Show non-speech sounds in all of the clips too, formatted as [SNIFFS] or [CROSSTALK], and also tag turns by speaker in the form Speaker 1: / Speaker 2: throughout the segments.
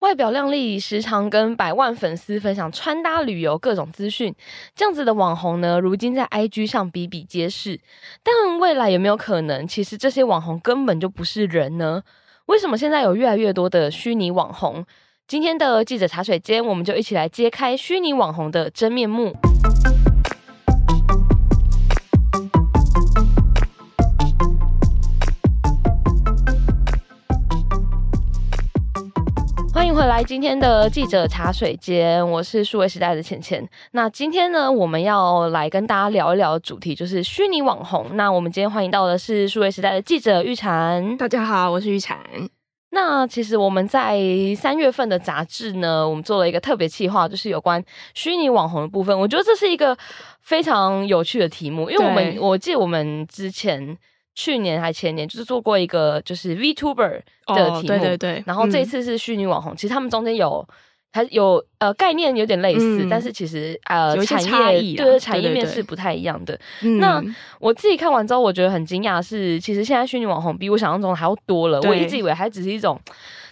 Speaker 1: 外表靓丽，时常跟百万粉丝分享穿搭、旅游各种资讯，这样子的网红呢，如今在 IG 上比比皆是。但未来有没有可能，其实这些网红根本就不是人呢？为什么现在有越来越多的虚拟网红？今天的记者茶水间，我们就一起来揭开虚拟网红的真面目。欢迎回来，今天的记者茶水间，我是数位时代的浅浅。那今天呢，我们要来跟大家聊一聊的主题就是虚拟网红。那我们今天欢迎到的是数位时代的记者玉婵。
Speaker 2: 大家好，我是玉婵。
Speaker 1: 那其实我们在三月份的杂志呢，我们做了一个特别企划，就是有关虚拟网红的部分。我觉得这是一个非常有趣的题目，因为我们
Speaker 2: 对
Speaker 1: 我记得我们之前去年还前年就是做过一个就是 VTuber 的题目，
Speaker 2: 哦对对对。
Speaker 1: 然后这一
Speaker 2: 嗯
Speaker 1: 次是虚拟网红，其实他们中间有还有呃概念有点类似，
Speaker 2: 嗯
Speaker 1: 但是其实呃
Speaker 2: 有一些
Speaker 1: 产
Speaker 2: 差
Speaker 1: 业
Speaker 2: 异啦
Speaker 1: 对产业
Speaker 2: 对对
Speaker 1: 面
Speaker 2: 对
Speaker 1: 是不太一样的。
Speaker 2: 嗯
Speaker 1: 那我自己看完之后，我觉得很惊讶的是，其实现在虚拟网红比我想象中的还要多了。
Speaker 2: 对
Speaker 1: 我一直以为还只是一种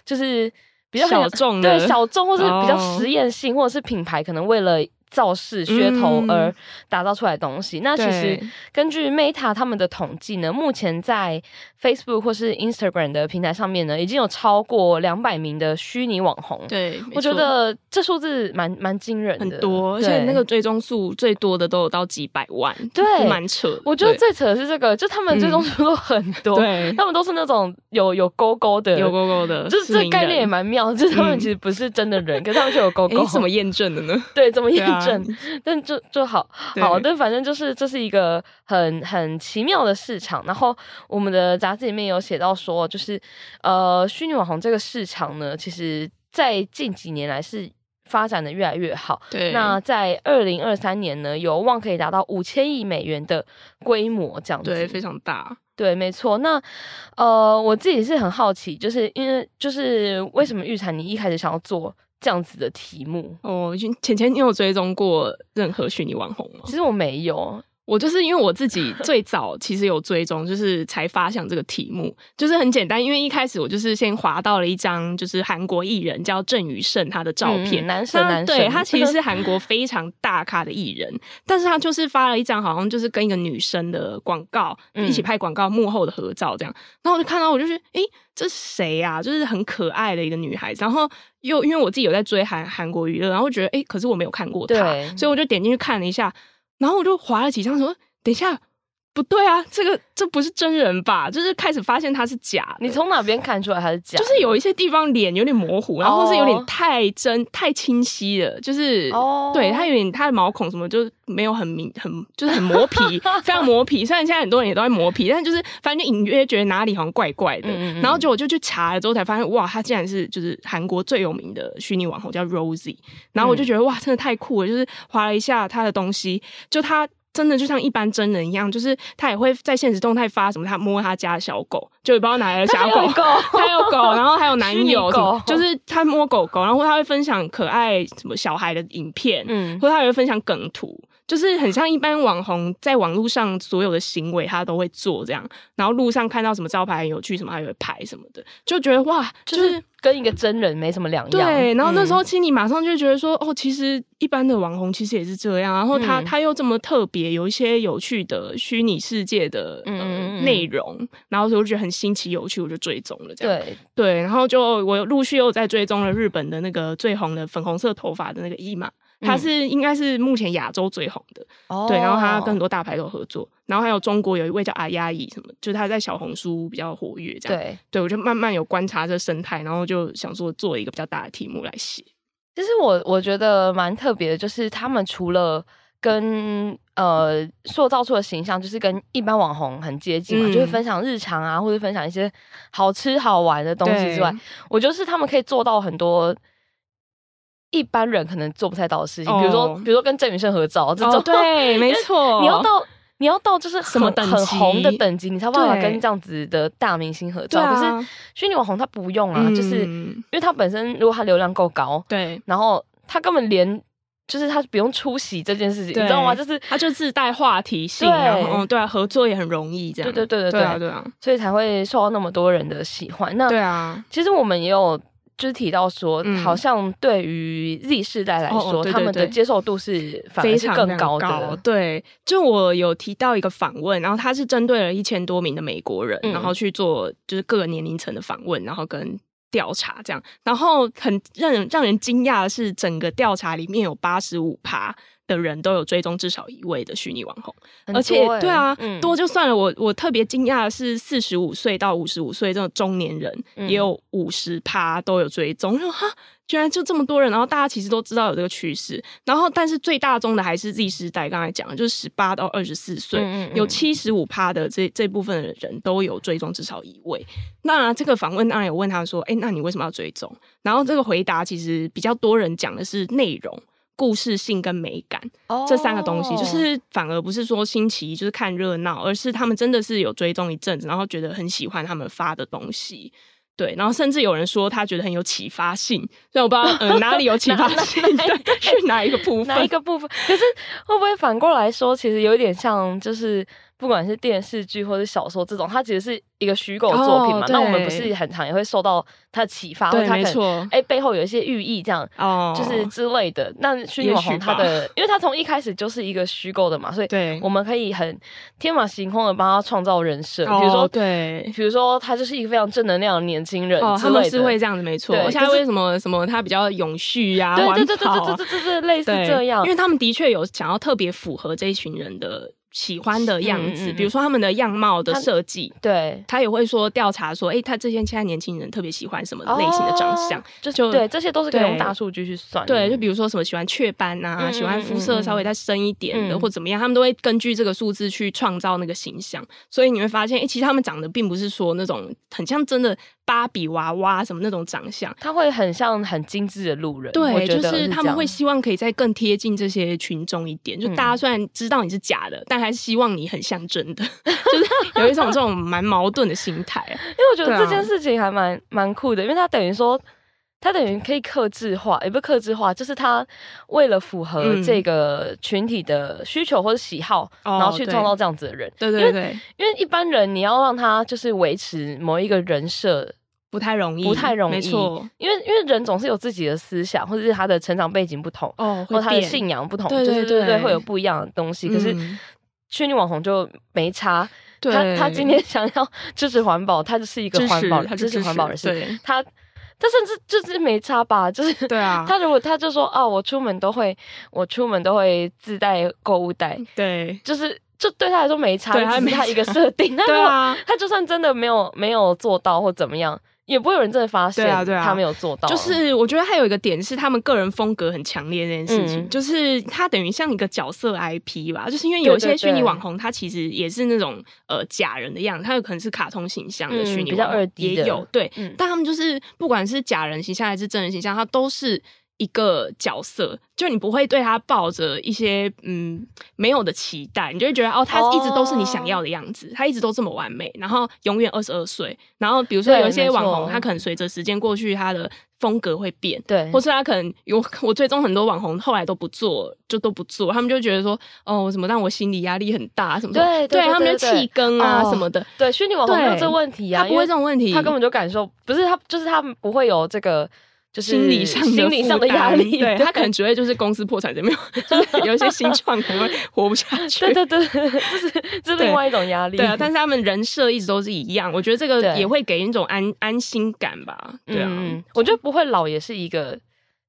Speaker 1: 就是比较
Speaker 2: 小众的
Speaker 1: 对小众，或是比较
Speaker 2: 哦
Speaker 1: 实验性，或者是品牌可能为了。造势噱头
Speaker 2: 嗯
Speaker 1: 而打造出来的东西，那其实
Speaker 2: 对
Speaker 1: 根据 Meta 他们的统计呢，目前在 Facebook 或是 Instagram 的平台上面呢，已经有超过两百名的虚拟网红。
Speaker 2: 对，没
Speaker 1: 我觉
Speaker 2: 错
Speaker 1: 得这数字蛮蛮惊人的，
Speaker 2: 很多，而
Speaker 1: 对
Speaker 2: 且那个追踪数最多的都有到几百万，
Speaker 1: 对
Speaker 2: 蛮扯的。
Speaker 1: 我觉得
Speaker 2: 对嗯
Speaker 1: 最扯的是这个，就他们追踪数都很多，
Speaker 2: 对
Speaker 1: [LAUGHS] 他们都是那种有有勾勾的，
Speaker 2: 有勾勾的，
Speaker 1: 就是这个概念也
Speaker 2: 蛮。
Speaker 1: 蛮妙，就是他们
Speaker 2: 嗯
Speaker 1: 其实不是真的人，可 [LAUGHS] 是他们就有勾
Speaker 2: 哎，
Speaker 1: 勾，
Speaker 2: 怎么验证的呢？
Speaker 1: [LAUGHS] 对怎么验
Speaker 2: 对啊
Speaker 1: 证？ [LAUGHS] 但就就好
Speaker 2: 对
Speaker 1: 好，但反正就是这是一个很很奇妙的市场。然后我们的杂志里面有写到说，就是呃，虚拟网红这个市场呢，其实在近几年来是发展的越来越好。
Speaker 2: 对，
Speaker 1: 那在二零二三年呢，有望可以达到五千亿美元的规模，这样子。
Speaker 2: 对非常大。
Speaker 1: 对，没错。那呃，我自己是很好奇，就是因为就是为什么玉婵你一开始想要做这样子的题目？
Speaker 2: 哦，浅浅，你有追踪过任何虚拟网红吗？
Speaker 1: 其实我没有，
Speaker 2: 我就是因为我自己最早其实有追踪，就是才发想这个题目，就是很简单，因为一开始我就是先划到了一张就是韩国艺人叫郑宇盛他的照片，
Speaker 1: 嗯男神
Speaker 2: 那
Speaker 1: 男神，
Speaker 2: 对他其 [LAUGHS]
Speaker 1: [LAUGHS]
Speaker 2: 实是韩国非常大咖的艺人，但是他就是发了一张好像就是跟一个女生的广告、
Speaker 1: 嗯
Speaker 2: 一起拍广告幕后的合照这样，然后我就看到我就觉得，诶，这是谁呀、就是很可爱的一个女孩子，然后又因为我自己有在追韩韩国娱乐，然后觉得诶，可是我没有看过她
Speaker 1: 对，
Speaker 2: 所以我就点进去看了一下，然后我就划了几张说，等一下。不对啊，这个这不是真人吧？就是开始发现她是假的，
Speaker 1: 你从哪边看出来他是假的？
Speaker 2: 就是有一些地方脸有点模糊，然后或是有点太真、太清晰了，就是、
Speaker 1: 哦
Speaker 2: 对他有点他的毛孔什么就没有很明很就是很
Speaker 1: [LAUGHS]
Speaker 2: 磨皮，非常磨皮。虽然现在很多人也都在磨皮，但就是反正就隐约觉得哪里好像怪怪的。
Speaker 1: 嗯嗯嗯
Speaker 2: 然后就我就去查了之后才发现，哇，他竟然是就是韩国最有名的虚拟网红叫 Rosie。然后我就觉得、哇，真的太酷了，就是划了一下他的东西，就他。真的就像一般真人一样，就是他也会在现实动态发什么，他摸他家的小狗，就也不知道哪来的
Speaker 1: 他
Speaker 2: 小
Speaker 1: 有
Speaker 2: 狗，
Speaker 1: 狗，
Speaker 2: [LAUGHS] 他有狗，然后还有男友什么，
Speaker 1: 虚拟狗
Speaker 2: 就是他摸狗狗，然后他会分享可爱什么小孩的影片，
Speaker 1: 嗯，
Speaker 2: 或者他会分享梗图，就是很像一般网红在网络上所有的行为他都会做这样，然后路上看到什么招牌很有趣什么，他也会拍什么的，就觉得哇，
Speaker 1: 就
Speaker 2: 就是
Speaker 1: 是跟一个真人没什么两样。
Speaker 2: 对，然后那时
Speaker 1: 嗯
Speaker 2: 候心里马上就觉得说，哦，其实一般的网红其实也是这样，然后他、
Speaker 1: 嗯
Speaker 2: 他又这么特别，有一些有趣的虚拟世界的
Speaker 1: 嗯嗯嗯
Speaker 2: 呃
Speaker 1: 嗯
Speaker 2: 内、容，然后我就觉得很新奇有趣，我就追踪了这样。
Speaker 1: 对，
Speaker 2: 对，然后就我陆续又在追踪了日本的那个最红的粉红色头发的那个伊玛，他
Speaker 1: 嗯
Speaker 2: 是应该是目前亚洲最红的，
Speaker 1: 哦
Speaker 2: 对，然后他跟很多大牌都有合作，然后还有中国有一位叫阿亚伊什么，就是他在小红书比较活跃这样，
Speaker 1: 对。
Speaker 2: 对我就慢慢有观察这生态，然后就想说做一个比较大的题目来写，
Speaker 1: 其实我我觉得蛮特别的，就是他们除了跟呃塑造出的形象，就是跟一般网红很接近嘛，
Speaker 2: 嗯
Speaker 1: 就是分享日常啊，或者分享一些好吃好玩的东西之外，我觉得是他们可以做到很多。一般人可能做不太到的事情，比如说，
Speaker 2: 哦
Speaker 1: 比如说跟郑宇盛合照这种，
Speaker 2: 哦，对， [LAUGHS] 没
Speaker 1: [LAUGHS]
Speaker 2: 错，
Speaker 1: 你要到你要到就是
Speaker 2: 什
Speaker 1: 很
Speaker 2: 么等级
Speaker 1: 很红的等级，你才有办法
Speaker 2: 对
Speaker 1: 跟这样子的大明星合
Speaker 2: 对
Speaker 1: 照。
Speaker 2: 啊
Speaker 1: 可是虚拟网红他不用啊，就是因
Speaker 2: 嗯
Speaker 1: 为他本身如果他流量够高，
Speaker 2: 对，
Speaker 1: 然后他根本连就是他不用出席这件事情，你
Speaker 2: 对
Speaker 1: 知道吗？就是
Speaker 2: 他就自带话题性，
Speaker 1: 对
Speaker 2: 然后嗯对啊，合作也很容易这样，
Speaker 1: 对对对对
Speaker 2: 对啊对啊
Speaker 1: 所以才会受到那么多人的喜欢。那
Speaker 2: 对啊，
Speaker 1: 其实我们也有就是提到说，
Speaker 2: 嗯
Speaker 1: 好像对于 Z 世代来
Speaker 2: 哦
Speaker 1: 说，
Speaker 2: 哦对
Speaker 1: 他
Speaker 2: 对
Speaker 1: 们的
Speaker 2: 对
Speaker 1: 接受度是反
Speaker 2: 非
Speaker 1: 而是
Speaker 2: 常
Speaker 1: 更
Speaker 2: 非常
Speaker 1: 高
Speaker 2: 高
Speaker 1: 的。
Speaker 2: 对，就我有提到一个访问，然后他是针对了一千多名的美国人，
Speaker 1: 嗯
Speaker 2: 然后去做就是各个年龄层的访问，然后跟。调查这样，然后很让人让人惊讶的是，整个调查里面有八十五趴的人都有追踪至少一位的虚拟网红，
Speaker 1: 很
Speaker 2: 而且
Speaker 1: 多欸
Speaker 2: 对啊，
Speaker 1: 嗯
Speaker 2: 多就算了。我我特别惊讶的是，四十五岁到五十五岁这种中年人，
Speaker 1: 嗯
Speaker 2: 也有五十趴都有追踪。我说哈，居然就这么多人，然后大家其实都知道有这个趋势。然后，但是最大宗的还是 Z 时代，刚才讲的就是十八到二十四岁，
Speaker 1: 嗯嗯嗯
Speaker 2: 有七十五趴的这这部分的人都有追踪至少一位。那这个访问当然有问他说，哎、那你为什么要追踪？然后这个回答其实比较多人讲的是内容、故事性跟美感。这三个东西，
Speaker 1: 哦
Speaker 2: 就是反而不是说新奇，就是看热闹，而是他们真的是有追踪一阵子，然后觉得很喜欢他们发的东西。对，然后甚至有人说他觉得很有启发性，虽然我不知
Speaker 1: [LAUGHS]
Speaker 2: 道呃哪里有启发性，
Speaker 1: 哪哪
Speaker 2: 对，是哪一个部
Speaker 1: 哪一
Speaker 2: 分？
Speaker 1: 个部分？ [LAUGHS] 可是会不会反过来说，其实有一点像，就是不管是电视剧或者小说这种，它其实是一个虚构的作品嘛。
Speaker 2: 哦
Speaker 1: 那我们
Speaker 2: 对
Speaker 1: 不是很常也会受到它的启发，或者
Speaker 2: 对，
Speaker 1: 它
Speaker 2: 没
Speaker 1: 可能
Speaker 2: 错，
Speaker 1: 哎、背后有一些寓意这样。
Speaker 2: 哦，
Speaker 1: 就是之类的，那虚拟
Speaker 2: 也
Speaker 1: 网
Speaker 2: 许
Speaker 1: 红它
Speaker 2: 吧
Speaker 1: 的，因为它从一开始就是一个虚构的嘛，所以
Speaker 2: 对，
Speaker 1: 我们可以很天马行空的帮他创造人设，
Speaker 2: 哦
Speaker 1: 比如说，
Speaker 2: 对
Speaker 1: 比如说他就是一个非常正能量的年轻人
Speaker 2: 哦，
Speaker 1: 之
Speaker 2: 他们
Speaker 1: 类
Speaker 2: 是
Speaker 1: 的。
Speaker 2: 会这样子，没错。
Speaker 1: 对
Speaker 2: 而且
Speaker 1: 可
Speaker 2: 他
Speaker 1: 是
Speaker 2: 为什么什么他比较永续
Speaker 1: [LAUGHS]
Speaker 2: 呀、
Speaker 1: 对对对对
Speaker 2: 环保啊
Speaker 1: 对对对对对，类似
Speaker 2: 对，
Speaker 1: 这样
Speaker 2: 因。为他们的确有想要特别符合这一群人的喜欢的样
Speaker 1: 嗯
Speaker 2: 子，
Speaker 1: 嗯嗯
Speaker 2: 比如说他们的样貌的设计。
Speaker 1: 对，
Speaker 2: 他也会说调查说，哎、他这些现在年轻人特别喜欢什么类型的长相？
Speaker 1: 哦就
Speaker 2: 就
Speaker 1: 对，这些都是可以
Speaker 2: 对
Speaker 1: 用大数据去算的。
Speaker 2: 对，就比如说什么喜欢雀斑啊，
Speaker 1: 嗯
Speaker 2: 喜欢肤色稍微再深一点的，
Speaker 1: 嗯
Speaker 2: 或怎么样，他们都会根据这个数字去创造那个形象。所以你会发现，哎、其实他们长得并不是说那种很像真的芭比娃娃什么那种长相，
Speaker 1: 他会很像很精致的路人，嗯我
Speaker 2: 对，
Speaker 1: 觉
Speaker 2: 就
Speaker 1: 得
Speaker 2: 是
Speaker 1: 是
Speaker 2: 他
Speaker 1: 这
Speaker 2: 们
Speaker 1: 样
Speaker 2: 会希望可以再更贴近这些群众一点。就
Speaker 1: 嗯
Speaker 2: 大家虽然知道你是假的，但还是希望你很像真的， [LAUGHS] 就是有一种这种蛮矛盾的心态啊。
Speaker 1: 因为我觉得
Speaker 2: 对啊
Speaker 1: 这件事情还蛮蛮酷的，因为他等于说，他等于可以克制化，也不是克制化，就是他为了符合
Speaker 2: 嗯
Speaker 1: 这个群体的需求或者喜好，然
Speaker 2: 哦
Speaker 1: 后去
Speaker 2: 对
Speaker 1: 创造这样子的人。
Speaker 2: 对对对，
Speaker 1: 因为一般人你要让他就是维持某一个人设，
Speaker 2: 不太容易，
Speaker 1: 不太容易
Speaker 2: 没错。
Speaker 1: 因为因为人总是有自己的思想，或者是他的成长背景不同，
Speaker 2: 哦，
Speaker 1: 或
Speaker 2: 会
Speaker 1: 他的
Speaker 2: 变
Speaker 1: 信仰不同，
Speaker 2: 对对
Speaker 1: 就是对对，
Speaker 2: 对
Speaker 1: 会有不一样的东西。可是
Speaker 2: 嗯
Speaker 1: 虚拟网红就没差，
Speaker 2: 对
Speaker 1: 他他今天想要支持环保，他就是一个
Speaker 2: 支
Speaker 1: 环
Speaker 2: 持
Speaker 1: 保，
Speaker 2: 他
Speaker 1: 支
Speaker 2: 就
Speaker 1: 持
Speaker 2: 持
Speaker 1: 环保人士，
Speaker 2: 对
Speaker 1: 他他甚至就是没差吧，就是
Speaker 2: 对啊
Speaker 1: 他如果他就说啊，我出门都会，我出门都会自带购物袋，
Speaker 2: 对
Speaker 1: 就是就对他来说没差，
Speaker 2: 嗯对他
Speaker 1: 只是
Speaker 2: 没
Speaker 1: 他一个
Speaker 2: 差
Speaker 1: 设
Speaker 2: [LAUGHS]
Speaker 1: 定。那
Speaker 2: 对
Speaker 1: 如果
Speaker 2: 啊。
Speaker 1: 他就算真的没有没有做到或怎么样，也不会有人真的发现
Speaker 2: 对啊对啊
Speaker 1: 他没有做到，
Speaker 2: 就是我觉得还有一个点是他们个人风格很强烈这件事情，
Speaker 1: 嗯
Speaker 2: 就是他等于像一个角色 IP 吧，就是因为有一
Speaker 1: 对对
Speaker 2: 些
Speaker 1: 对
Speaker 2: 虚拟网红，他其实也是那种呃假人的样子，他有可能是卡通形象的
Speaker 1: 嗯
Speaker 2: 虚拟
Speaker 1: 比较
Speaker 2: 网红
Speaker 1: 2D 的
Speaker 2: 也有对，
Speaker 1: 嗯
Speaker 2: 但他们就是不管是假人形象还是真人形象，他都是。一个角色，就你不会对他抱着一些嗯没有的期待，你就会觉得哦，他一直都是你想要的样子他一直都这么完美，然后永远二十二岁。然后比如说
Speaker 1: 对
Speaker 2: 有一些
Speaker 1: 没
Speaker 2: 网
Speaker 1: 错
Speaker 2: 红，他可能随着时间过去，他的风格会变，
Speaker 1: 对，
Speaker 2: 或是他可能有 [LAUGHS] 我追踪很多网红，后来都不做，就都不做，他们就觉得说，哦，什么让我心理压力很大，什么什么
Speaker 1: 对对对
Speaker 2: 他们就
Speaker 1: 对对
Speaker 2: 弃更啊
Speaker 1: 哦
Speaker 2: 什么的，
Speaker 1: 对虚拟网红没有
Speaker 2: 对
Speaker 1: 这问题啊，
Speaker 2: 他不会
Speaker 1: 因
Speaker 2: 这
Speaker 1: 为
Speaker 2: 种问题，
Speaker 1: 他根本就感受不是他，就是他不会有这个。就是
Speaker 2: 心理上的
Speaker 1: 心理上的
Speaker 2: 负担
Speaker 1: 压力， [LAUGHS]
Speaker 2: 对他可能只会就是公司破产，就没有， [LAUGHS] 就是有一些新创可能会活不下去，
Speaker 1: 对对对，对 [LAUGHS] 这是这是另
Speaker 2: 对
Speaker 1: 外一种压力。
Speaker 2: 对啊，但是他们人设一直都是一样，我觉得这个
Speaker 1: 对
Speaker 2: 也会给人一种安安心感吧，对啊，
Speaker 1: 嗯，我觉得不会老也是一个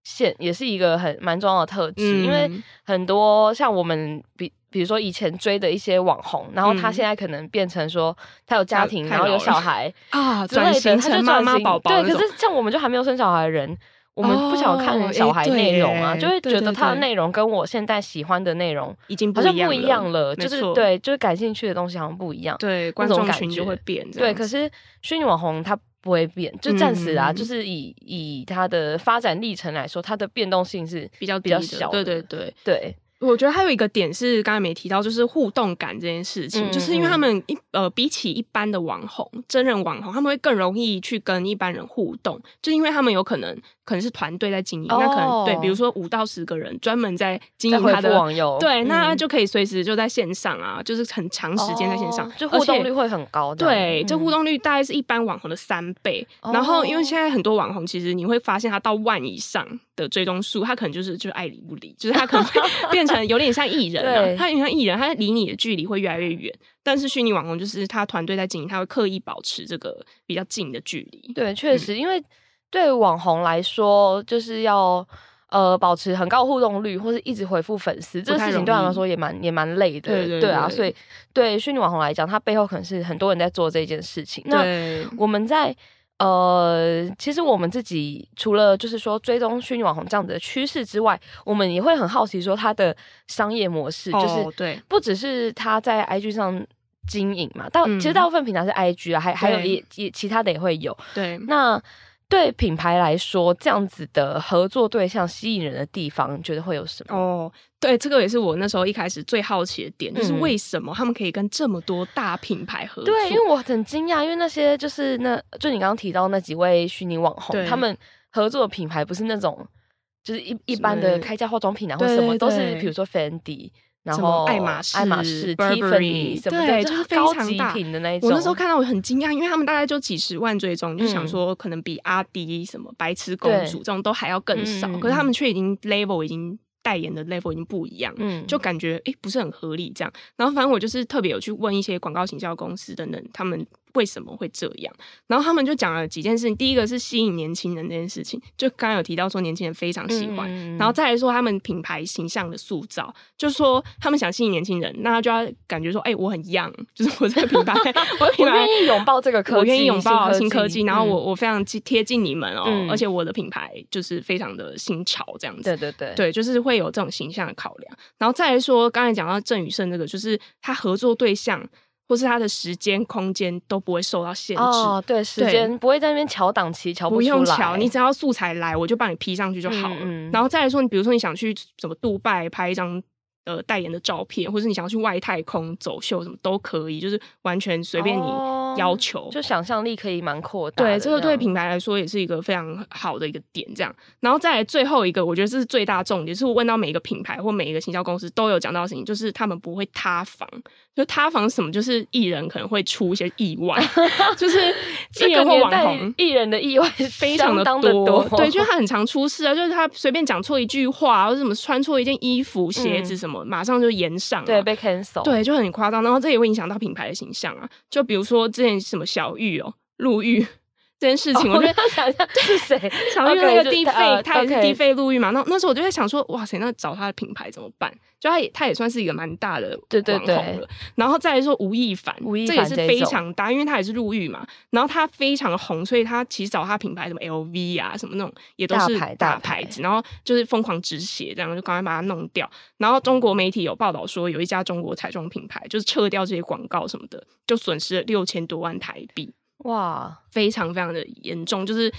Speaker 1: 现，也是一个很蛮重要的特质，
Speaker 2: 嗯
Speaker 1: 因为很多像我们比。比如说以前追的一些网红，然后他
Speaker 2: 嗯
Speaker 1: 现在可能变成说他有家
Speaker 2: 他
Speaker 1: 庭，
Speaker 2: 太
Speaker 1: 然后
Speaker 2: 老
Speaker 1: 有
Speaker 2: 了
Speaker 1: 小
Speaker 2: [LAUGHS]
Speaker 1: 孩
Speaker 2: 啊，
Speaker 1: 之类的，
Speaker 2: 转型
Speaker 1: 他就
Speaker 2: 成妈
Speaker 1: 转
Speaker 2: 妈
Speaker 1: 型
Speaker 2: 宝宝那
Speaker 1: 对，
Speaker 2: 种，
Speaker 1: 可是像我们就还没有生小孩的人，我们不想看
Speaker 2: 哦
Speaker 1: 小孩
Speaker 2: 诶对
Speaker 1: 内容啊，
Speaker 2: 耶
Speaker 1: 就会
Speaker 2: 对
Speaker 1: 觉
Speaker 2: 对
Speaker 1: 得他的
Speaker 2: 对
Speaker 1: 内容跟我现在喜欢的内容
Speaker 2: 已经不
Speaker 1: 好
Speaker 2: 一
Speaker 1: 像
Speaker 2: 样
Speaker 1: 不一样了，
Speaker 2: 没
Speaker 1: 就是
Speaker 2: 错
Speaker 1: 对，就是感兴趣的东西好像不一样。
Speaker 2: 对，
Speaker 1: 那
Speaker 2: 观
Speaker 1: 种
Speaker 2: 众
Speaker 1: 感
Speaker 2: 群就
Speaker 1: 觉
Speaker 2: 会变这
Speaker 1: 对，
Speaker 2: 样子。
Speaker 1: 可是虚拟网红它不会变，就暂时啊，
Speaker 2: 嗯
Speaker 1: 就是以以它的发展历程来说，它的变动性是
Speaker 2: 比较
Speaker 1: 比较
Speaker 2: 低的
Speaker 1: 小
Speaker 2: 对
Speaker 1: 的
Speaker 2: 对对。
Speaker 1: 对，
Speaker 2: 我觉得还有一个点是刚才没提到，就是互动感这件事情，
Speaker 1: 嗯
Speaker 2: 就是因为他们一呃比起一般的网红、真人网红，他们会更容易去跟一般人互动，就因为他们有可能可能是团队在经营，那可
Speaker 1: 哦
Speaker 2: 能对，比如说五到十个人专门在经
Speaker 1: 在
Speaker 2: 营
Speaker 1: 回
Speaker 2: 他
Speaker 1: 复
Speaker 2: 的。
Speaker 1: 网友，
Speaker 2: 对，那
Speaker 1: 嗯
Speaker 2: 就可以随时就在线上啊，就是很长时间在线上
Speaker 1: 哦，就
Speaker 2: 而
Speaker 1: 互
Speaker 2: 且
Speaker 1: 动率会很高的。
Speaker 2: 对，这互
Speaker 1: 动
Speaker 2: 动率大概是一般网红的三倍。
Speaker 1: 嗯哦
Speaker 2: 然后，因为现在很多网红，其实你会发现他到万以上的追踪数，他可能就是就是爱理不理，就是他可能会变成有点像艺人
Speaker 1: [LAUGHS] 对
Speaker 2: 啊，他有点像艺人，他离你的距离会越来越远。但是虚拟网红就是他团队在经营，他会刻意保持这个比较近的距离。
Speaker 1: 对，确实，因为对网红来说，就是要。呃，保持很高互动率，或是一直回复粉丝，这
Speaker 2: 不
Speaker 1: 个
Speaker 2: 太
Speaker 1: 事情
Speaker 2: 容
Speaker 1: 对他们
Speaker 2: 易
Speaker 1: 来说也蛮也蛮累的，
Speaker 2: 对对
Speaker 1: 啊，
Speaker 2: 对
Speaker 1: 所以对虚拟网红来讲，他背后可能是很多人在做这件事情。那
Speaker 2: 对，
Speaker 1: 我们在呃，其实我们自己除了就是说追踪虚拟网红这样的趋势之外，我们也会很好奇说它的商业模式，就是
Speaker 2: 哦对
Speaker 1: 不只是它在 IG 上经营嘛，大、
Speaker 2: 嗯
Speaker 1: 其实大部分平台是 IG 啊，还还有也也其他的也会有。
Speaker 2: 对。
Speaker 1: 那对品牌来说，这样子的合作对象吸引人的地方，你觉得会有什么？
Speaker 2: 哦，对，这个也是我那时候一开始最好奇的点，就是
Speaker 1: 嗯
Speaker 2: 为什么他们可以跟这么多大品牌合作？
Speaker 1: 对，因为我很惊讶，因为那些就是那就你刚刚提到那几位虚拟网红，
Speaker 2: 对
Speaker 1: 他们合作的品牌不是那种就是一一般的
Speaker 2: 是
Speaker 1: 开价化妆品啊或
Speaker 2: 对
Speaker 1: 什么，
Speaker 2: 对
Speaker 1: 都是
Speaker 2: 对
Speaker 1: 比如说 Fendi，然
Speaker 2: 什么
Speaker 1: 后
Speaker 2: 爱马仕
Speaker 1: 爱马仕、
Speaker 2: Burberry，
Speaker 1: Tiffany 什么的，
Speaker 2: 对
Speaker 1: 就
Speaker 2: 就是
Speaker 1: 是
Speaker 2: 非
Speaker 1: 高
Speaker 2: 常
Speaker 1: 级
Speaker 2: 大
Speaker 1: 品的那一种。
Speaker 2: 我那时候看到我很惊讶，因为他们大概就几十万追踪，就想
Speaker 1: 嗯
Speaker 2: 说可能比阿迪什么白痴公
Speaker 1: 对
Speaker 2: 主这种都还要更少，
Speaker 1: 嗯嗯嗯
Speaker 2: 可是他们却已经 level 已经代言的 level 已经不一样了。
Speaker 1: 嗯，
Speaker 2: 就感觉诶不是很合理这样，然后反正我就是特别有去问一些广告行销公司等等，他们为什么会这样，然后他们就讲了几件事情，第一个是吸引年轻人这件事情，就刚刚有提到说年轻人非常喜欢，
Speaker 1: 嗯
Speaker 2: 然后再来说他们品牌形象的塑造，就是说他们想吸引年轻人，那他就要感觉说，哎、我很 young，就是我这个
Speaker 1: [LAUGHS]
Speaker 2: 品牌，我的品
Speaker 1: 我
Speaker 2: 牌
Speaker 1: 愿意拥抱这个科技，
Speaker 2: [LAUGHS] 我愿意拥抱
Speaker 1: 新
Speaker 2: 新科技，然后我、
Speaker 1: 嗯
Speaker 2: 我非常贴贴近你们哦，
Speaker 1: 嗯
Speaker 2: 而且我的品牌就是非常的新潮这样子
Speaker 1: 对。对对，
Speaker 2: 对，就是会有这种形象的考量，然后再来说，刚才讲到郑宇胜这个，就是他合作对象或是他的时间、空间都不会受到限制，
Speaker 1: 哦，对，时
Speaker 2: 对
Speaker 1: 间不会在那边瞧档期，瞧
Speaker 2: 不
Speaker 1: 出来。
Speaker 2: 用瞧，你只要素材来，我就帮你 P 上去就好了。
Speaker 1: 嗯嗯
Speaker 2: 然后再来说，你比如说你想去什么杜拜拍一张呃代言的照片，或者你想要去外太空走秀，什么都可以，就是完全随便你
Speaker 1: 哦
Speaker 2: 要求。
Speaker 1: 就想象力可以蛮扩大的样。
Speaker 2: 对，这个对品牌来说也是一个非常好的一个点，这样。然后再来最后一个，我觉得这是最大重点，是我问到每一个品牌或每一个行销公司都有讲到的事情，就是他们不会塌房。就塌房是什么？就是艺人可能会出一些意外， [LAUGHS] 就是
Speaker 1: [LAUGHS] 这
Speaker 2: 艺
Speaker 1: 个
Speaker 2: 人或
Speaker 1: 年
Speaker 2: 网
Speaker 1: 代
Speaker 2: 红
Speaker 1: 艺人的意外
Speaker 2: [LAUGHS] 非常
Speaker 1: 的
Speaker 2: 的
Speaker 1: 多，
Speaker 2: 对，就是他很常出事啊，就是他随便讲错一句话，或者什么穿错一件衣服、鞋子什么，马上就延上、啊，
Speaker 1: [LAUGHS] 嗯对被 cancel，
Speaker 2: 对，就很夸张。然后这也会影响到品牌的形象啊，就比如说之前什么小玉哦、陆玉 [LAUGHS] 这件事
Speaker 1: 哦，
Speaker 2: 情，我觉得。
Speaker 1: 要想一下是
Speaker 2: [LAUGHS]
Speaker 1: 谁，
Speaker 2: 小玉那
Speaker 1: OK，
Speaker 2: 个
Speaker 1: 就
Speaker 2: 低
Speaker 1: 呃
Speaker 2: 费，他也是
Speaker 1: OK
Speaker 2: 低费陆玉嘛。那那时候我就在想说，哇塞，那找他的品牌怎么办？就他也他也算是一个蛮大的
Speaker 1: 对对
Speaker 2: 网红
Speaker 1: 对
Speaker 2: 了。然后再来说吴亦凡，
Speaker 1: 吴亦
Speaker 2: 这也
Speaker 1: 凡
Speaker 2: 是
Speaker 1: 这一
Speaker 2: 非
Speaker 1: 种
Speaker 2: 常大，因为他也是入狱嘛。然后他非常红，所以他其实找他品牌什么 LV 啊什么那种也都
Speaker 1: 大
Speaker 2: 是
Speaker 1: 牌大
Speaker 2: 大
Speaker 1: 牌
Speaker 2: 牌子，然后就是疯狂止血，这样就赶快把它弄掉。然后中国媒体有报道说，有一家中国彩妆品牌就是撤掉这些广告什么的，就损失了六千多万台币。
Speaker 1: 哇，
Speaker 2: 非常非常的严重，就是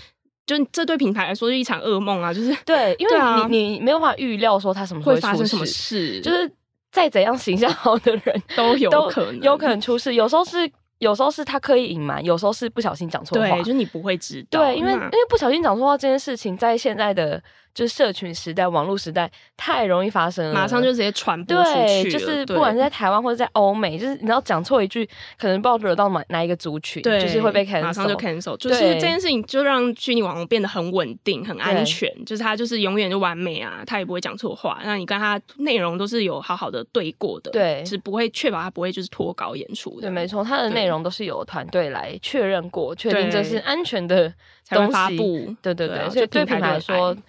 Speaker 2: 就这对品牌来说是一场噩梦啊，就是
Speaker 1: 对，因为
Speaker 2: 对啊
Speaker 1: 你你没有办法预料说他什么时候
Speaker 2: 会发
Speaker 1: 出
Speaker 2: 生什么
Speaker 1: 事，
Speaker 2: 事，
Speaker 1: 就是再怎样形象好的人
Speaker 2: 都有
Speaker 1: 都
Speaker 2: 可能，
Speaker 1: 有可能出事，有时候是有时候是他刻意隐瞒，有时候是不小心讲错话
Speaker 2: 对，，就是你不会知道，
Speaker 1: 对，因为因
Speaker 2: 那
Speaker 1: 为不小心讲错话这件事情，在现在的就是社群时代、网络时代太容易发生了，
Speaker 2: 马上就直接传播出
Speaker 1: 嗯对，
Speaker 2: 去了，
Speaker 1: 就是
Speaker 2: 对
Speaker 1: 不管是在台湾或者在欧美，就是你知道讲错一句，可能不知道惹到哪哪一个族群，
Speaker 2: 对，
Speaker 1: 就是会被
Speaker 2: 马上就
Speaker 1: cancel。
Speaker 2: cancel，就是
Speaker 1: 对
Speaker 2: 这件事情就让虚拟网红变得很稳定、很安
Speaker 1: 对
Speaker 2: 全，就是它就是永远就完美啊，它也不会讲错话，那你跟它内容都是有好好的对过的，
Speaker 1: 对
Speaker 2: 是不会确保它不会就是脱稿演出的，
Speaker 1: 对，没错，它的
Speaker 2: 对
Speaker 1: 内容都是有团队来确认过，确定
Speaker 2: 对
Speaker 1: 这是安全的
Speaker 2: 才
Speaker 1: 东
Speaker 2: 会
Speaker 1: 西。
Speaker 2: 发布，
Speaker 1: 对对
Speaker 2: 对
Speaker 1: 对，
Speaker 2: 啊
Speaker 1: 所以
Speaker 2: 就
Speaker 1: 对
Speaker 2: 品
Speaker 1: 品
Speaker 2: 牌
Speaker 1: 牌
Speaker 2: 就
Speaker 1: 来
Speaker 2: 很
Speaker 1: 说，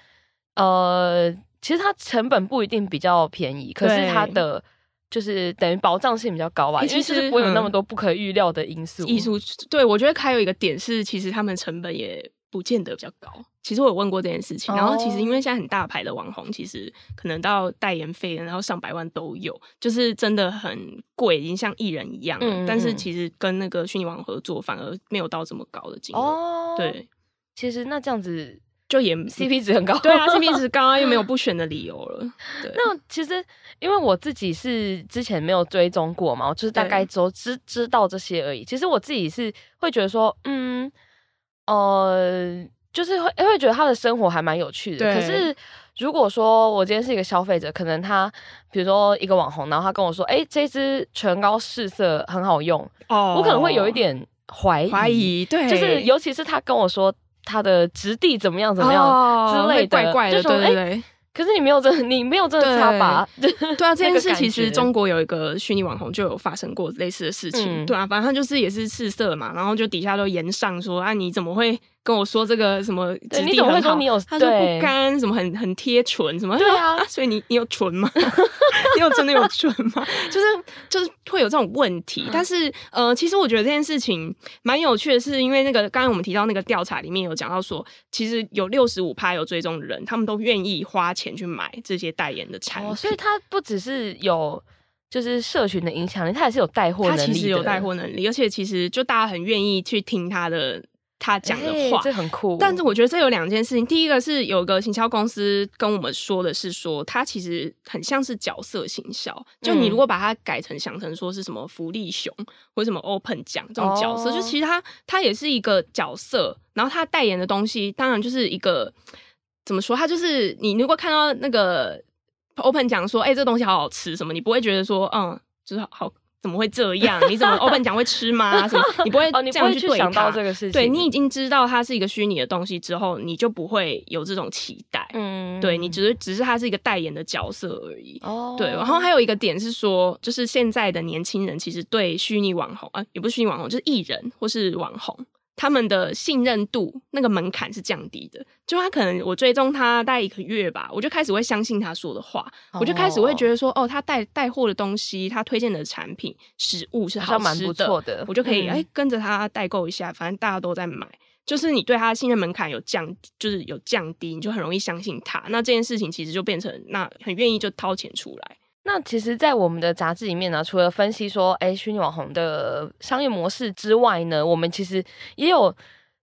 Speaker 1: 呃，其实它成本不一定比较便宜，可是
Speaker 2: 对
Speaker 1: 它的就是等于保障性比较高吧，
Speaker 2: 诶
Speaker 1: 因为
Speaker 2: 其
Speaker 1: 就是
Speaker 2: 实
Speaker 1: 不会有那
Speaker 2: 嗯
Speaker 1: 么多不可预料的因素。
Speaker 2: 艺术，对我觉得还有一个点是，其实他们成本也不见得比较高。其实我有问过这件事情，
Speaker 1: 哦
Speaker 2: 然后其实因为现在很大牌的网红，其实可能到代言费，啊然后上百万都有，就是真的很贵，已经像艺人一样了。
Speaker 1: 嗯嗯
Speaker 2: 但是其实跟那个虚拟网红合作，反而没有到这么高的金额。
Speaker 1: 哦，
Speaker 2: 对，
Speaker 1: 其实那这样子
Speaker 2: 就也
Speaker 1: CP 值很高。 [LAUGHS]
Speaker 2: 对啊，CP 值高啊，又没有不选的理由了。对，
Speaker 1: 那其实因为我自己是之前没有追踪过嘛，我就是大概只有知知道这些而已。其实我自己是会觉得说，嗯，呃，就是会会觉得他的生活还蛮有趣的。
Speaker 2: 对
Speaker 1: 可是如果说我今天是一个消费者，可能他比如说一个网红，然后他跟我说，哎、这支唇膏试色很好用，
Speaker 2: 哦
Speaker 1: 我可能会有一点怀疑，
Speaker 2: 怀，疑，对，
Speaker 1: 就是尤其是他跟我说他的质地怎么样怎么样。
Speaker 2: 哦
Speaker 1: 之类的
Speaker 2: 会怪怪
Speaker 1: 就
Speaker 2: 的，
Speaker 1: 说
Speaker 2: 对对
Speaker 1: 哎
Speaker 2: 对。
Speaker 1: 可是你没有真的，你没有真的擦吧？ [LAUGHS]
Speaker 2: 对啊，这
Speaker 1: 那
Speaker 2: 件
Speaker 1: 个
Speaker 2: 事
Speaker 1: 感
Speaker 2: 其实
Speaker 1: 觉
Speaker 2: 中国有一个虚拟网红就有发生过类似的事情。
Speaker 1: 嗯
Speaker 2: 对啊，反正他就是也是试色嘛，然后就底下都言上说啊，你怎么会跟我说这个什么质
Speaker 1: 对你
Speaker 2: 地
Speaker 1: 怎么会
Speaker 2: 很好
Speaker 1: 说你有
Speaker 2: 他说不
Speaker 1: 对
Speaker 2: 干，什么很很贴唇什么？
Speaker 1: 对啊
Speaker 2: 所以你你有唇吗？ [LAUGHS] 你有真的有唇吗？ [LAUGHS] 就是就是会有这种问题。但是呃，其实我觉得这件事情蛮有趣的是，因为那个刚才我们提到那个调查里面有讲到说，其实有六十五趴有追踪的人，他们都愿意花钱去买这些代言的产品。
Speaker 1: 哦，所以它不只是有就是社群的影响力，它也是有带货
Speaker 2: 他
Speaker 1: 能力的。
Speaker 2: 其实有带货能力，而且其实就大家很愿意去听他的他讲的
Speaker 1: 哎
Speaker 2: 话。
Speaker 1: 这很酷。
Speaker 2: 但是我觉得这有两件事情，第一个是有个行销公司跟我们说的是说，它其实很像是角色行销，就你
Speaker 1: 嗯
Speaker 2: 如果把它改成想成说是什么福利熊或什么 open 奖这种角色，
Speaker 1: 哦
Speaker 2: 就其实它它也是一个角色，然后它代言的东西当然就是一个怎么说，它就是你如果看到那个 open 讲说，哎、这东西好好吃什么，你不会觉得说，嗯，就是好。怎么会这样？你
Speaker 1: [LAUGHS]
Speaker 2: 怎么 open 讲会吃吗？什么？你不会
Speaker 1: 哦，你
Speaker 2: 这
Speaker 1: 不
Speaker 2: 样
Speaker 1: 会
Speaker 2: 去
Speaker 1: 去
Speaker 2: 对
Speaker 1: 想到
Speaker 2: 它
Speaker 1: 这个事情，
Speaker 2: 对你已经知道它是一个虚拟的东西之后，你就不会有这种期待。
Speaker 1: 嗯
Speaker 2: 对你只是只是它是一个代言的角色而已。
Speaker 1: 哦，
Speaker 2: 对，然后还有一个点是说，就是现在的年轻人其实对虚拟网红啊、呃也不是虚拟网红，就是艺人或是网红，他们的信任度那个门槛是降低的。就他可能我追踪他大概一个月吧，我就开始会相信他说的话，我就开始会觉得说，哦，他带带货的东西，他推荐的产品、食物是
Speaker 1: 好
Speaker 2: 好
Speaker 1: 像蛮
Speaker 2: 吃
Speaker 1: 不
Speaker 2: 的，
Speaker 1: 错的，
Speaker 2: 我就可以
Speaker 1: 嗯
Speaker 2: 哎、跟着他代购一下，反正大家都在买，就是你对他的信任门槛有降，就是有降低，你就很容易相信他。那这件事情其实就变成那很愿意就掏钱出来，，
Speaker 1: 那其实，在我们的杂志里面呢，除了分析说，哎，虚拟网红的商业模式之外呢，我们其实也有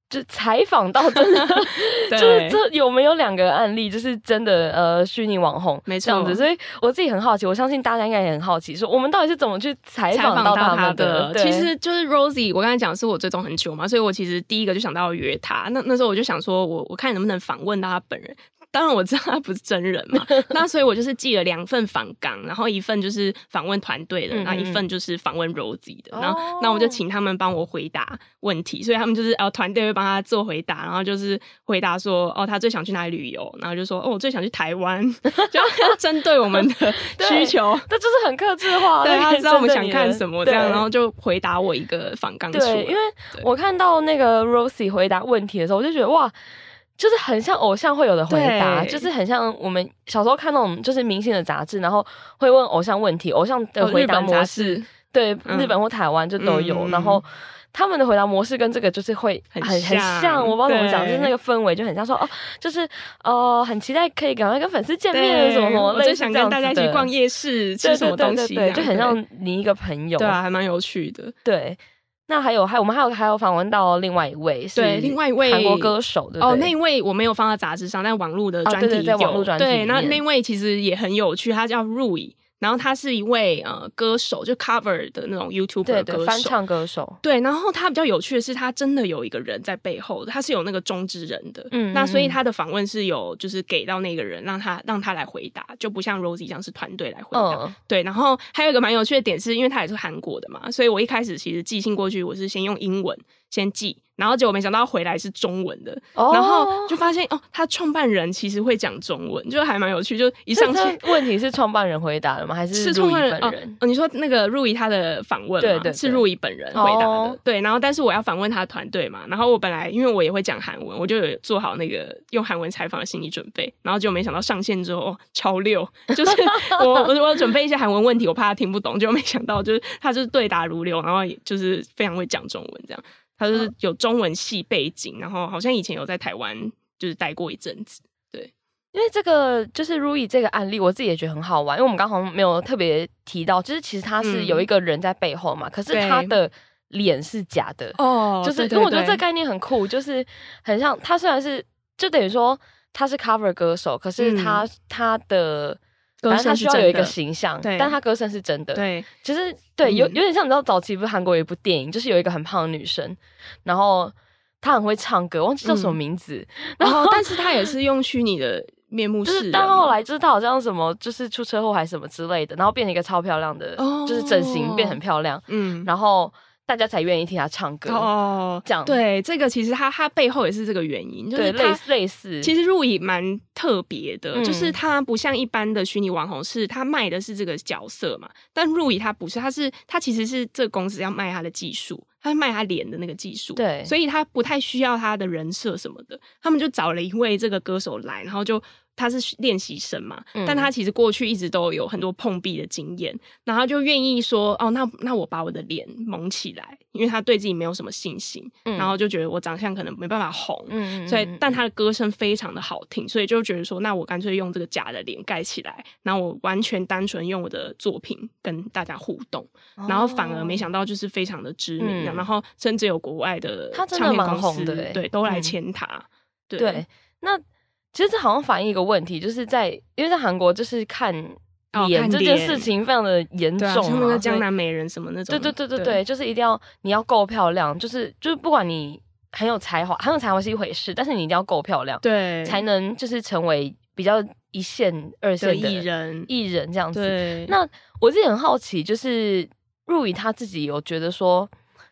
Speaker 1: 就采访到真的
Speaker 2: [LAUGHS]
Speaker 1: 就是这有没有两个案例，就是真的呃，虚拟网红
Speaker 2: 没错
Speaker 1: 这样子。所以我自己很好奇，我相信大家应该也很好奇，说我们到底是怎么去采
Speaker 2: 采
Speaker 1: 访
Speaker 2: 访到
Speaker 1: 到他
Speaker 2: 他
Speaker 1: 们
Speaker 2: 的。
Speaker 1: 对
Speaker 2: 其实就是 Rosie，我刚才讲是我追踪很久嘛，所以我其实第一个就想到要约他。那那时候我就想说我我看能不能访问到他本人。当然我知道他不是真人
Speaker 1: [LAUGHS]
Speaker 2: 嘛，那所以我就是寄了两份访纲，然后一份就是访问团队的，
Speaker 1: 嗯嗯
Speaker 2: 那一份就是访问 Rosie 的，
Speaker 1: 哦
Speaker 2: 然后那我就请他们帮我回答问题，所以他们就是呃团队会帮他做回答，然后就是回答说哦他最想去哪里旅游，然后就说哦我最想去台湾， [LAUGHS] 就要针对我们的
Speaker 1: [LAUGHS] 对
Speaker 2: 需求
Speaker 1: 这就是很克制化，
Speaker 2: 对他知道我们想看
Speaker 1: 看
Speaker 2: 什么，这样然后就回答我一个反纲出来
Speaker 1: 对，因为
Speaker 2: 对
Speaker 1: 我看到那个 Rosie 回答问题的时候，我就觉得哇，就是很像偶像会有的回答，
Speaker 2: 对
Speaker 1: 就是很像我们小时候看那种就是明星的杂志，然后会问偶像问题，偶像的
Speaker 2: 哦
Speaker 1: 回
Speaker 2: 日
Speaker 1: 答
Speaker 2: 本杂
Speaker 1: 模式，
Speaker 2: 志
Speaker 1: 对，
Speaker 2: 嗯
Speaker 1: 日本或台湾就都有，
Speaker 2: 嗯
Speaker 1: 然后。他们的回答模式跟这个就是会
Speaker 2: 很
Speaker 1: 很很
Speaker 2: 像
Speaker 1: 像，我不知道怎么讲，
Speaker 2: 对
Speaker 1: 就是那个氛围就很像说哦，就是呃，很期待可以赶快跟粉丝见面，
Speaker 2: 对
Speaker 1: 什么什么，
Speaker 2: 我最
Speaker 1: 类似
Speaker 2: 想
Speaker 1: 这样
Speaker 2: 跟大家一
Speaker 1: 子
Speaker 2: 起
Speaker 1: 的
Speaker 2: 逛夜市，
Speaker 1: 对
Speaker 2: 吃什么
Speaker 1: 对对
Speaker 2: 东
Speaker 1: 对
Speaker 2: 西这
Speaker 1: 对
Speaker 2: 样，
Speaker 1: 就很像你一个朋友，
Speaker 2: 对啊，还蛮有趣的。
Speaker 1: 对，那还有还有我们还有还有访问到另外一位，是
Speaker 2: 对另外一位
Speaker 1: 韩国歌手，对不对？
Speaker 2: 哦，那一位我没有放在杂志上，但网络的专
Speaker 1: 哦对
Speaker 2: 题
Speaker 1: 对在
Speaker 2: 有。
Speaker 1: 网络专题里
Speaker 2: 对，
Speaker 1: 面
Speaker 2: 那那位其实也很有趣，他叫 Rui，然后他是一位呃歌手，就 cover 的那种 YouTuber
Speaker 1: 对
Speaker 2: 歌手
Speaker 1: 对，翻唱歌手，
Speaker 2: 对，然后他比较有趣的是，他真的有一个人在背后，他是有那个中之人的，
Speaker 1: 嗯
Speaker 2: 那所以
Speaker 1: 嗯
Speaker 2: 他的访问是有就是给到那个人，让他让他来回答，就不像 Rosie 这样是团队来回答。
Speaker 1: 嗯，
Speaker 2: 对，然后还有一个蛮有趣的点是，因为他也是韩国的嘛，所以我一开始其实寄信过去，我是先用英文先寄，然后结果没想到回来是中文的，
Speaker 1: 哦
Speaker 2: 然后就发现哦，他创办人其实会讲中文，就还蛮有趣，就一
Speaker 1: 这
Speaker 2: 上去
Speaker 1: 这问题是创办人回答的吗？还
Speaker 2: 是
Speaker 1: 入
Speaker 2: 创
Speaker 1: 一
Speaker 2: 办人
Speaker 1: 本人？
Speaker 2: 哦。哦你说那个入仪他的访问嘛，
Speaker 1: 对对对
Speaker 2: 是入仪本人回答的。
Speaker 1: 哦
Speaker 2: 对，然后但是我要访问他的团队嘛，然后我本来因为我也会讲韩文，我就有做好那个用韩文采访的心理准备，然后就没想到上线之后、哦、超溜，就是 [LAUGHS] 我我我有准备一些韩文问题，我怕他听不懂，就没想到就是他就是对答如流，然后也就是非常会讲中文这样。他
Speaker 1: 嗯
Speaker 2: 就是有中文系背景，然后好像以前有在台湾就是待过一阵子。
Speaker 1: 因为这个就是 Rui 这个案例，我自己也觉得很好玩，因为我们刚好没有特别提到，就是其实他是
Speaker 2: 嗯
Speaker 1: 有一个人在背后嘛，可是
Speaker 2: 对
Speaker 1: 他的脸是假的。
Speaker 2: 哦
Speaker 1: 就是因为我觉得这个概念很酷，就是很像他虽然是就等于说他是 cover 歌手，可是他、他的
Speaker 2: 嗯歌
Speaker 1: 反正他
Speaker 2: 声
Speaker 1: 需
Speaker 2: 是
Speaker 1: 要
Speaker 2: 真
Speaker 1: 有一个
Speaker 2: 的
Speaker 1: 形象，
Speaker 2: 对
Speaker 1: 但他歌声是真的。，
Speaker 2: 对，
Speaker 1: 其实对有
Speaker 2: 嗯
Speaker 1: 有点像你知道早期不是韩国有一部电影，就是有一个很胖的女生，然后她很会唱歌，忘记叫什么
Speaker 2: 嗯
Speaker 1: 名字， [LAUGHS]
Speaker 2: 然后但是哦他也是用虚拟的面目
Speaker 1: 就是
Speaker 2: 示人
Speaker 1: 但
Speaker 2: 嘛
Speaker 1: 后来就是她好像什么就是出车祸还是什么之类的，然后变成一个超漂亮的，
Speaker 2: 哦
Speaker 1: 就是整形变很漂亮，
Speaker 2: 嗯，
Speaker 1: 然后大家才愿意听她唱歌。
Speaker 2: 哦，
Speaker 1: 这样
Speaker 2: 对，这个其实他他背后也是这个原因，就
Speaker 1: 对，
Speaker 2: 是
Speaker 1: 类
Speaker 2: 他
Speaker 1: 似类似，
Speaker 2: 其实入影蛮特别的，
Speaker 1: 嗯
Speaker 2: 就是它不像一般的虚拟网红，是它卖的是这个角色嘛，但入影它不是，它是它其实是这个公司要卖它的技术，它卖它脸的那个技术，
Speaker 1: 对
Speaker 2: 所以它不太需要它的人设什么的，他们就找了一位这个歌手来，然后就。他是练习生嘛，
Speaker 1: 嗯
Speaker 2: 但他其实过去一直都有很多碰壁的经验，然后就愿意说，哦，那那我把我的脸蒙起来，因为他对自己没有什么信心，
Speaker 1: 嗯
Speaker 2: 然后就觉得我长相可能没办法红，
Speaker 1: 嗯，嗯
Speaker 2: 所以
Speaker 1: 嗯，
Speaker 2: 但他的歌声非常的好听，所以就觉得说，那我干脆用这个假的脸盖起来，然后我完全单纯用我的作品跟大家互动，然后反而没
Speaker 1: 哦
Speaker 2: 想到就是非常的知
Speaker 1: 嗯
Speaker 2: 名，啊然后甚至有国外的
Speaker 1: 他真的
Speaker 2: 唱片
Speaker 1: 蛮
Speaker 2: 公
Speaker 1: 红
Speaker 2: 司
Speaker 1: 的欸
Speaker 2: 对，都来
Speaker 1: 嗯
Speaker 2: 签他，对
Speaker 1: 哦对，那其实这好像反映一个问题，就是在因为在韩国就是看
Speaker 2: 哦
Speaker 1: 脸
Speaker 2: 看
Speaker 1: 这件
Speaker 2: 脸
Speaker 1: 事情非常的严
Speaker 2: 对
Speaker 1: 重
Speaker 2: 啊，
Speaker 1: 嘛，
Speaker 2: 像那个
Speaker 1: 所以
Speaker 2: 江南美人什么那种，
Speaker 1: 对对对对对，就是一定要你要够漂亮，就是就是不管你很有才华，很有才华是一回事，但是你一定要够漂亮，
Speaker 2: 对，
Speaker 1: 才能就是成为比较一线、二
Speaker 2: 的
Speaker 1: 线的
Speaker 2: 艺人，
Speaker 1: 艺人这样子。
Speaker 2: 对，
Speaker 1: 那我自己很好奇，就是入宇他自己有觉得说，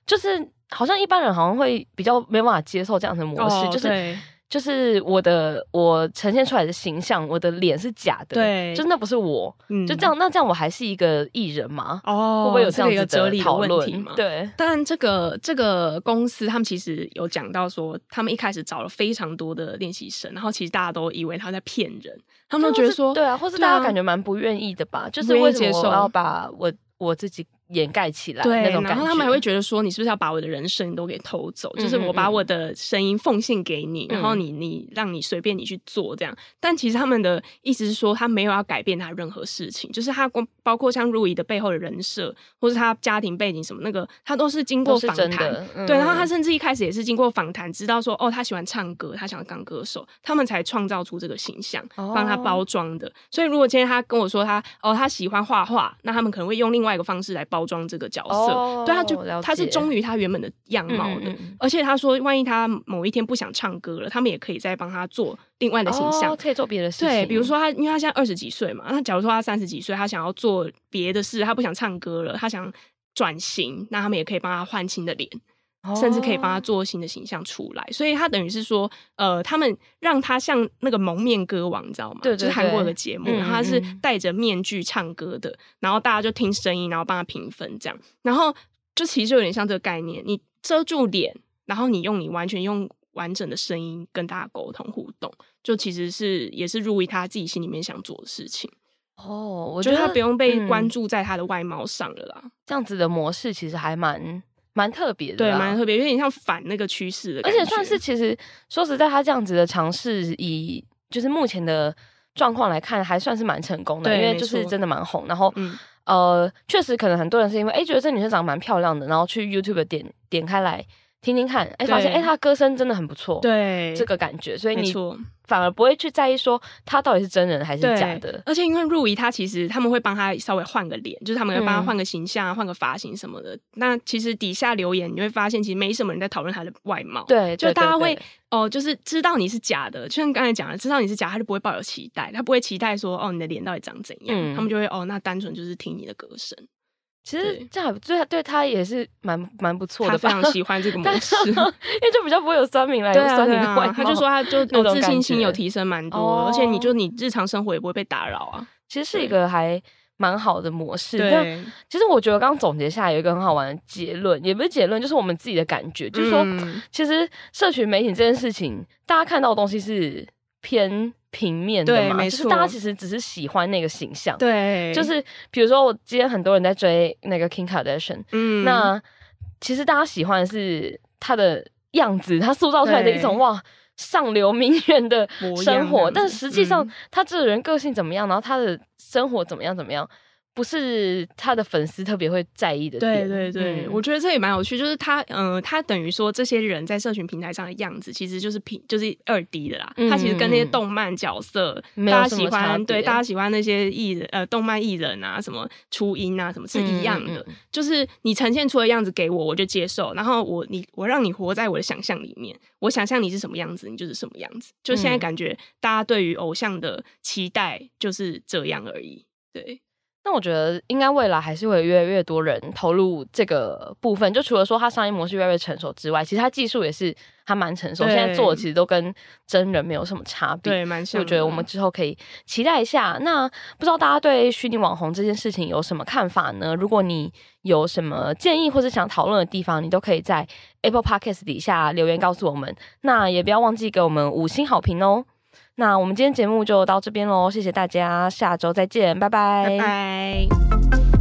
Speaker 1: 就是好像一般人好像会比较没办法接受这样的模式，
Speaker 2: 哦
Speaker 1: 就是
Speaker 2: 对
Speaker 1: 就是我的我呈现出来的形象，我的脸是假的，
Speaker 2: 对
Speaker 1: 真的不是我，
Speaker 2: 嗯
Speaker 1: 就这样。那这样我还是一个艺人吗？
Speaker 2: 哦，
Speaker 1: 会不会有这
Speaker 2: 这个
Speaker 1: 样
Speaker 2: 一个
Speaker 1: 子
Speaker 2: 哲
Speaker 1: 的
Speaker 2: 理
Speaker 1: 讨
Speaker 2: 问题
Speaker 1: 论
Speaker 2: 嘛？？
Speaker 1: 对，
Speaker 2: 但这个这个公司，他们其实有讲到说，他们一开始找了非常多的练习生，然后其实大家都以为他在骗人，他们都觉得说，
Speaker 1: 对啊，或是
Speaker 2: 对啊
Speaker 1: 大家感觉蛮不愿意的吧？就是
Speaker 2: 不愿意
Speaker 1: 为什么
Speaker 2: 接
Speaker 1: 我
Speaker 2: 受
Speaker 1: 要把我我自己掩盖起来
Speaker 2: 对
Speaker 1: 那种感
Speaker 2: 然
Speaker 1: 觉？
Speaker 2: 后他们还会觉得说，你是不是要把我的人声都给偷走？
Speaker 1: 嗯
Speaker 2: 就是
Speaker 1: 嗯
Speaker 2: 我把
Speaker 1: 嗯
Speaker 2: 我的声音奉献给你，然后你你让你随便你去做这样。但其实他们的意思是说，他没有要改变他任何事情，就是他光包括像入仪的背后的人设，或是他家庭背景什么那个，他都是经过
Speaker 1: 都是
Speaker 2: 访
Speaker 1: 真
Speaker 2: 谈
Speaker 1: 的，嗯
Speaker 2: 对，然后他甚至一开始也是经过访谈，知道说哦，他喜欢唱歌，他想当歌手，他们才创造出这个形象，
Speaker 1: 哦
Speaker 2: 帮他包装的。所以如果今天他跟我说他哦，他喜欢画画，那他们可能会用另外一个方式来包装这个角色。
Speaker 1: 哦
Speaker 2: 对，他就
Speaker 1: 了
Speaker 2: 他是
Speaker 1: 解
Speaker 2: 忠于他原本的样
Speaker 1: 嗯
Speaker 2: 貌
Speaker 1: 嗯
Speaker 2: 的。
Speaker 1: 嗯嗯
Speaker 2: 而且他说，万一他某一天不想唱歌了，他们也可以再帮他做另外的形象。
Speaker 1: 哦可以做别的事情，
Speaker 2: 对，比如说他，因为他现在二十几岁嘛，那假如说他三十几岁，他想要做别的事，他不想唱歌了，他想转型，那他们也可以帮他换新的脸，
Speaker 1: 哦
Speaker 2: 甚至可以帮他做新的形象出来。所以他等于是说，呃，他们让他像那个蒙面歌王，你知道吗？
Speaker 1: 对对
Speaker 2: 就是韩国有
Speaker 1: 对
Speaker 2: 个节目，
Speaker 1: 嗯
Speaker 2: 然后他是
Speaker 1: 嗯嗯
Speaker 2: 戴着面具唱歌的，然后大家就听声音，然后帮他评分这样。然后就其实就有点像这个概念，你遮住脸，然后你用你完全用完整的声音跟大家沟通互动，就其实是也是入于他自己心里面想做的事情。
Speaker 1: 哦，我
Speaker 2: 我
Speaker 1: 觉
Speaker 2: 觉
Speaker 1: 得
Speaker 2: 得他不用被关、
Speaker 1: 嗯
Speaker 2: 注在他的外貌上了啦，
Speaker 1: 这样子的模式，其实还蛮蛮特别的
Speaker 2: 对，
Speaker 1: 啦，
Speaker 2: 蛮特别，有点像反那个趋势的
Speaker 1: 而
Speaker 2: 感觉，
Speaker 1: 且算是其实说实在，他这样子的尝试，以就是目前的状况来看，还算是蛮成功的，
Speaker 2: 对
Speaker 1: 因为
Speaker 2: 没
Speaker 1: 就是
Speaker 2: 错
Speaker 1: 真的蛮红。然后， [SNIFFS]
Speaker 2: 嗯
Speaker 1: 呃，确实可能很多人是因为哎、诶觉得这女生长得蛮漂亮的，然后去 YouTube 点点开来听听看，哎、发现哎、诶
Speaker 2: 对
Speaker 1: 她歌声真的很不错，，
Speaker 2: 对
Speaker 1: 这个感觉，所以
Speaker 2: 没
Speaker 1: 你
Speaker 2: 错。
Speaker 1: 反而不会去在意说她到底是真人还是
Speaker 2: 对，
Speaker 1: 假的。
Speaker 2: 而且因为入仪，他其实他们会帮他稍微换个脸，就是他们会帮他
Speaker 1: 嗯
Speaker 2: 换个形象啊、换个发型什么的。那其实底下留言你会发现，其实没什么人在讨论他的外貌。
Speaker 1: 对，
Speaker 2: 就
Speaker 1: 对
Speaker 2: 大家
Speaker 1: 对
Speaker 2: 会
Speaker 1: 对
Speaker 2: 哦、就是知道你是假的，就像刚才讲的，知道你是假，他就不会抱有期待，他不会期待说哦你的脸到底长怎样，
Speaker 1: 嗯
Speaker 2: 他们就会哦那单纯就是听你的歌声，
Speaker 1: 其实
Speaker 2: 对
Speaker 1: 这还不对，对她也是蛮蛮不错
Speaker 2: 他
Speaker 1: 的
Speaker 2: 非
Speaker 1: 吧，
Speaker 2: 常喜
Speaker 1: [LAUGHS]
Speaker 2: 欢这个模
Speaker 1: 但
Speaker 2: 式
Speaker 1: 是，
Speaker 2: [LAUGHS]
Speaker 1: 因为就比较不会有酸民来
Speaker 2: 对啊
Speaker 1: 酸你
Speaker 2: 对
Speaker 1: 的外
Speaker 2: 啊
Speaker 1: 貌，，
Speaker 2: 他就说他就
Speaker 1: [LAUGHS] 那种
Speaker 2: 哦自信
Speaker 1: 感
Speaker 2: 心
Speaker 1: 觉
Speaker 2: 有提升蛮多，
Speaker 1: 哦
Speaker 2: 而且你就你日常生活也不会被打扰啊，
Speaker 1: 其实是一
Speaker 2: 对
Speaker 1: 个还蛮好的模式。那
Speaker 2: 对，
Speaker 1: 其实我觉得刚刚总结下来有一个很好玩的结论，也不是结论，就是我们自己的感觉，就是说，
Speaker 2: 嗯
Speaker 1: 其实社群媒体这件事情，大家看到的东西是偏平面的
Speaker 2: 对
Speaker 1: 嘛，
Speaker 2: 没
Speaker 1: 就是
Speaker 2: 错
Speaker 1: 大家其实只是喜欢那个形象。
Speaker 2: 对，
Speaker 1: 就是比如说，我今天很多人在追那个 Kim Kardashian，、
Speaker 2: 嗯
Speaker 1: 那其实大家喜欢的是她的样子，她塑造出来的一种
Speaker 2: 对
Speaker 1: 哇上流名媛的
Speaker 2: 模样
Speaker 1: 生活，
Speaker 2: 这样
Speaker 1: 但
Speaker 2: 子
Speaker 1: 实际上
Speaker 2: 嗯
Speaker 1: 她这个人个性怎么样，然后她的生活怎么样怎么样，不是他的粉丝特别会在意的
Speaker 2: 对
Speaker 1: 点。
Speaker 2: 对对，
Speaker 1: 嗯
Speaker 2: 我觉得这也蛮有趣，就是他，嗯、他等于说这些人在社群平台上的样子，其实就是平，就是二 D 的啦。
Speaker 1: 嗯
Speaker 2: 他其实跟那些动漫角色，
Speaker 1: 没有
Speaker 2: 大家
Speaker 1: 什
Speaker 2: 喜
Speaker 1: 么差
Speaker 2: 欢，
Speaker 1: 别
Speaker 2: 对大家喜欢那些艺人，呃，动漫艺人啊，什么初音啊，什么是一样的。
Speaker 1: 嗯嗯
Speaker 2: 就是你呈现出的样子给我，我就接受，然后我你我让你活在我的想象里面，我想象你是什么样子，你就是什么样子。就现在
Speaker 1: 嗯
Speaker 2: 感觉大家对于偶像的期待就是这样而已。对，
Speaker 1: 那我觉得应该未来还是会有越来越多人投入这个部分。就除了说它商业模式越来越成熟之外，其实它技术也是还蛮成熟，
Speaker 2: 对
Speaker 1: 现在做的其实都跟真人没有什么差别。
Speaker 2: 对，蛮
Speaker 1: 所
Speaker 2: 像
Speaker 1: 以
Speaker 2: 的。
Speaker 1: 我觉得我们之后可以期待一下。那不知道大家对虚拟网红这件事情有什么看法呢？如果你有什么建议或者想讨论的地方，你都可以在 Apple Podcast 底下留言告诉我们。那也不要忘记给我们五星好评哦。那我们今天节目就到这边喽，谢谢大家，下周再见，拜
Speaker 2: 拜拜。